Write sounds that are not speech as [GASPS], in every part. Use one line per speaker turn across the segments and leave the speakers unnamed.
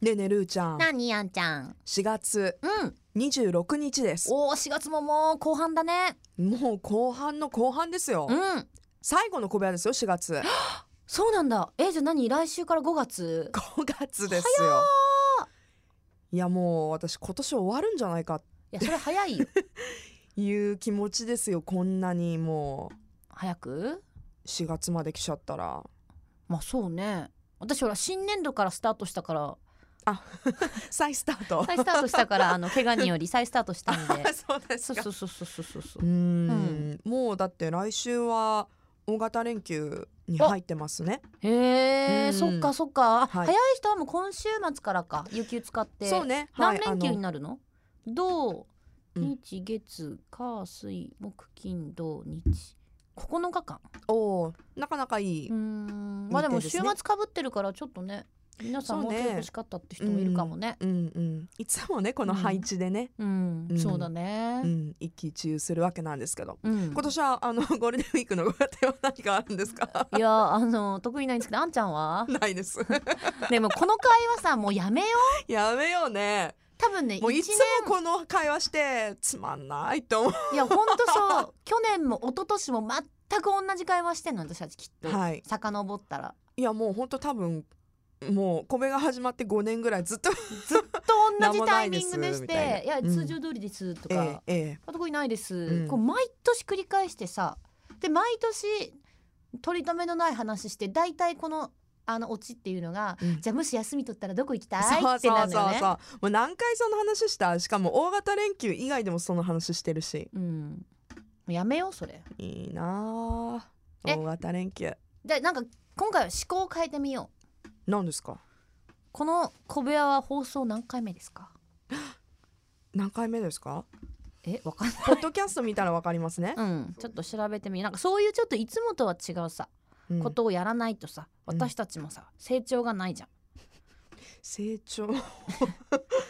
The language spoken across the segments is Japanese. ねえねえるーちゃん
なにやんちゃん。
4月
うん。
26日です
おお、4月ももう後半だね。
もう後半の後半ですよ
うん。
最後の小部屋ですよ4月
[GASPS] そうなんだ。え、じゃあ何来週から5月。
5月ですよいやもう私今年終わるんじゃないかっ
いや、それ早 [LAUGHS] いよ。
ていう気持ちですよこんなにも
早く
う4月まで来ちゃったら
まあそうね。私ほら、新年度からスタートしたから、
再スタート
再スタートしたから、あの、怪我により再スタートしたん [LAUGHS] で。
[LAUGHS] そうで
そうそうそうそうそうそう
うー。んもうだって来週は大型連休に入ってますね
へえ、
うん
そっかそっか、あ
はい
早い人はもう今週末からか有給使って
そうね
何
あ
連
の
休になるの土
うん
日月火水木金土日9日間
おおなかなかいいう
ーんまあでも
日程です
週
ね
末かぶってるからちょっとね皆さ
そ
んも
うね
うちょっと欲しかったって人もいるかもね
うんうんいつもねこの配置でね、
うん、
うん
そうだ
うん
ね
一喜一憂するわけなんですけど
うん、
今年はあの [LAUGHS] ゴールデンウィークのご予定は何かあるんですか [LAUGHS]
いやあの得意ないんですけどあんちゃんは
ないです [LAUGHS]
でもこの会話さもうやめよう
やめようね
多分ね
もうい
一
つ
年
もこの会話してつまんないと思
いやほんとそう去年も一昨年も全く同じ会話してんの私たちきっ
う
と、
はい
遡っ
[LAUGHS]
たら
いやもう本当多分もう米が始まって5年ぐらいずっと
と同
なん
じ
も
タ
な
イ
いで
ミ
す
ングでし
みたいな
て「いや
うん
通常通りです」とか、
えええ
あ「特にないです」
うん
こう毎年繰り返してさで毎年取り留めのない話して大体このあのオチっていうのが、
うん
じゃあもし休み取ったらどこ行きた
え
い
そう
って
そ
な
う
る
そ
の
う
よ
そう
ね。
もう何回その話したしかも大型連休以外でもその話してるし
うん、もうやめようそれ。
いいなあ
え
大型連休
でなんか今回は思考を変えてみよう。
何ですか
この小部屋は放送何回目ですか
何回目ですか
えわかんない。
ポッドキャスト見たらわかりますね、
うん、ちょっと調べてみなんかそういうちょっといつもとは違うさ、
うん
ことをやらないとさ
うん
私たちもさ、成長がないじゃん
成長
い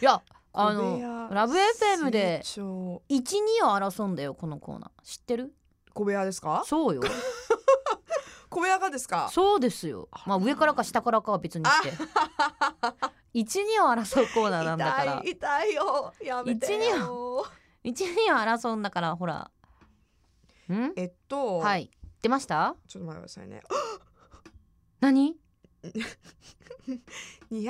やあ
小部
の
屋
ラブ FM で
成長
12を争うんだよこのコーナー知ってる
小部屋ですか
そうよ
小部屋がですか
そうですよまあ上からか下からかは別にして12を争うコーナーなんだから
痛い痛いよやめて
一二
よ
12を争うんだからほらん
えっと、
はい出ました
ちょっと待ってくださいね
何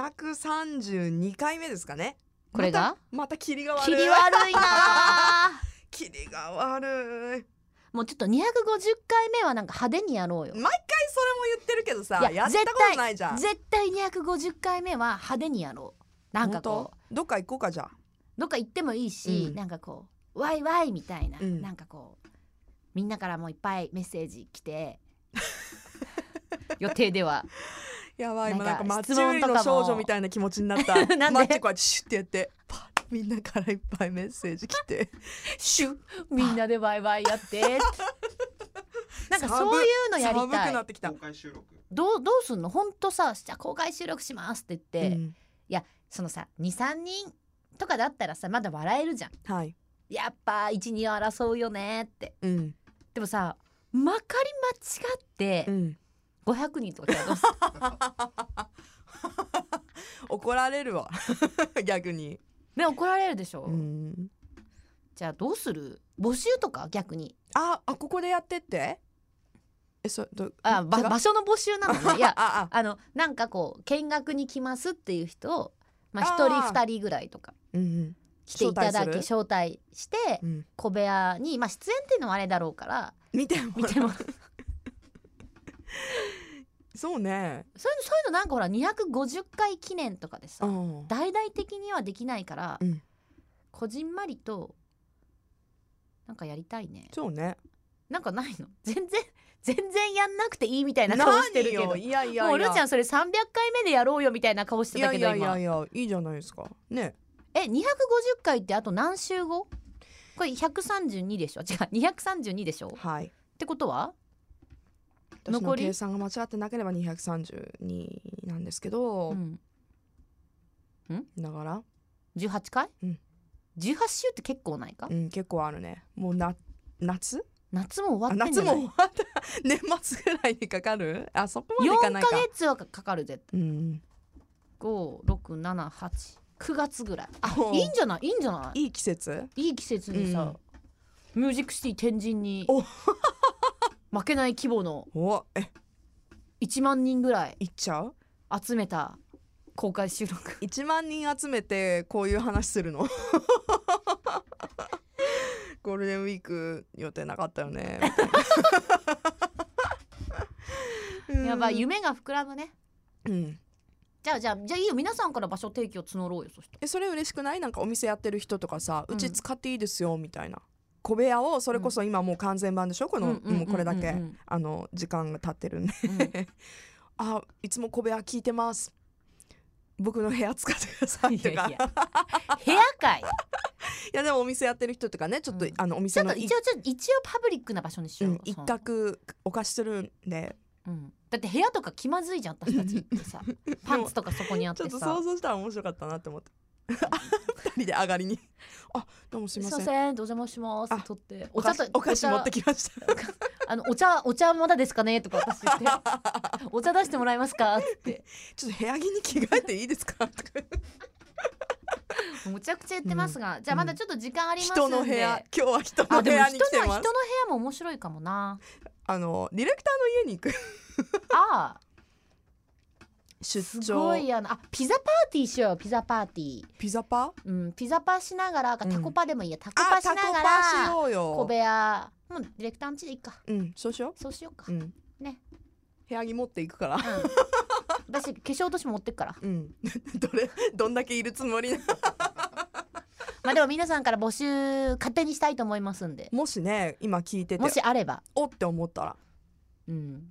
232回目ですかね
これが
またまた霧が悪い
切り悪いなあ
霧が悪い
もうちょっと250回目はなんか派手にやろうよ
毎回それも言ってるけどさ
い
や
や
ったことないじゃん
絶対250回目は派手にやろうなんかこ
本当どっか行こうかじゃあ
うどっか行ってもいいし、
うん
なんかこうワイワイみたいな、
うん
なんかこうみんなからもいっぱいメッセージ来て [LAUGHS] 予定で
[LAUGHS]
は
やばい今な
なんん
か
か
マッチ売りの少女みたいな気持ちになった
[LAUGHS] で
マッチこうやってシュッてやってパッみんなからいっぱいメッセージ来て
[LAUGHS] シュみんなでワイワイやって [LAUGHS] なんかそういうのやり
寒く
たい
なってきた、
公開収録
どうどうすんのほんとさじゃあ公開収録しますって言って、
うん
そのさ23人とかだったらさまだ笑えるじゃん
はい
やっぱ12を争うよねって
うん
でもさまかり間違
う
って
ん
500人とか来たらどうする [LAUGHS]
怒られるわ [LAUGHS] 逆に、
ね怒られるでしょ、
うん、
じゃあどうする募集とか逆に
ああここでやってってえそど
あば
違う
場所の募集な
[LAUGHS]
のねいや
ああ
あのなんかこう見学に来ますっていう人を、まあ、
あ
1
ー
人2人ぐらいとか
うん
来ていただ
招
き
待す
招待して
うんうん
小部屋に、まあ、出演っていうのはあれだろうから
[LAUGHS] 見ても
見
ら
てもそういう
そうね
のそういうのなんかほら250回記念とかでさ、
うん
大々的にはできないから、
うん
こじんまりとなんかやりたいね
そうね
なんかないの [LAUGHS] 全然全然やんなくていいみたいな顔してるけど
何よいやいやいや
もうルーちゃんそれ300回目でやろうよみたいな顔して
い
た
や
け
い
ど
や
今
いやいやいいじゃないですかね
え250回ってあと何週後これ132でしょ違う232でしょっ
はい
てことは
私の
残り
計算が間違ってなければ232なんですけど、
うん
だから、
18回、
うん
18週って結構ないか、
うん、結構あるねもうな夏
夏も
あ
終わってんじ
夏
ゃ
も
ない
終わった年末ぐらいにかかるあそこまでいか
4
ない
ヶ
か
月はかかる絶対
うん
56789月ぐらいあ
おう
いいんじゃないいいんじゃない
いい季節
いい季節にさ、ミュージックシティ天神に
お [LAUGHS]
負けない規模の
おえ
1万人ぐらい
行っちゃう
集めた公開収録
1万人集めてこういう話す
[LAUGHS]
るのゴールデンウィーク予定なかったよねみたいなうん
[LAUGHS] やばい夢が膨らむね
うん
じゃあじゃあじゃあいいよ皆さんから場所提供募ろうよそしたら
えそれ嬉しくないなんかお店やってる人とかさ
う
うんち使っていいですよみたいな小部屋をそれこそ今もう完全版でしょこの、
うんうんうんうん
もうこれだけ、 [LAUGHS]
うん
あの時間が経ってるんで
うん
あいつも小部屋聞いてます僕の部屋使ってくださいとかい
い
や
やいや部屋
[LAUGHS]
かい
でもお店やってる人とかねちょっと、
うん
あのお
ち
店
ょっ
の
と一応ちょっと一応パブリックな場所にし
う
よう、
ん、一
その
角お貸しするんで
うんだって部屋とか気まずいじゃん私たちって
[LAUGHS]
さパンツとかそこにあっ
ちょってと
さ
想像したら面白かったなって思って [LAUGHS] 二人で上がりにあどうもす
す
いま
いま
せん
せんお邪魔します
あ
取ってお茶と
お菓子持って
き
きま
[LAUGHS]
した
あのお茶お茶まだですかねとか私言ってお茶出してもらえますかって
ちょっと部屋着に着替えていいですかとか
むちゃくちゃ言ってますが、じゃあまだちょっと時間ありますんで
人の部屋今日は人の
あ
部
でも
屋
人
に
の
来て
人の
ます
部屋も面白いかもな
あのディレクターの家に行く
ああ
出
すごい
張
やなあピザパーティーしようよピザパーティー
ピザパ
うんピザパしながらか
うん
タコパでもいいや、タコ
あ
パし
タ
な
コ
が
パし
ら
よう
小
よ
部屋もうディレクターの家でいいか
うんそうしよ
そうしようか
ううん
ね
部屋着持っていくから
うん私化粧落とし持ってくから
うん [LAUGHS] どれどんだけいるつもりな
まあでも皆さんから募集勝手にしたいと思いますんで
もしね今聞いてて
もしあれば
おって思ったら
うん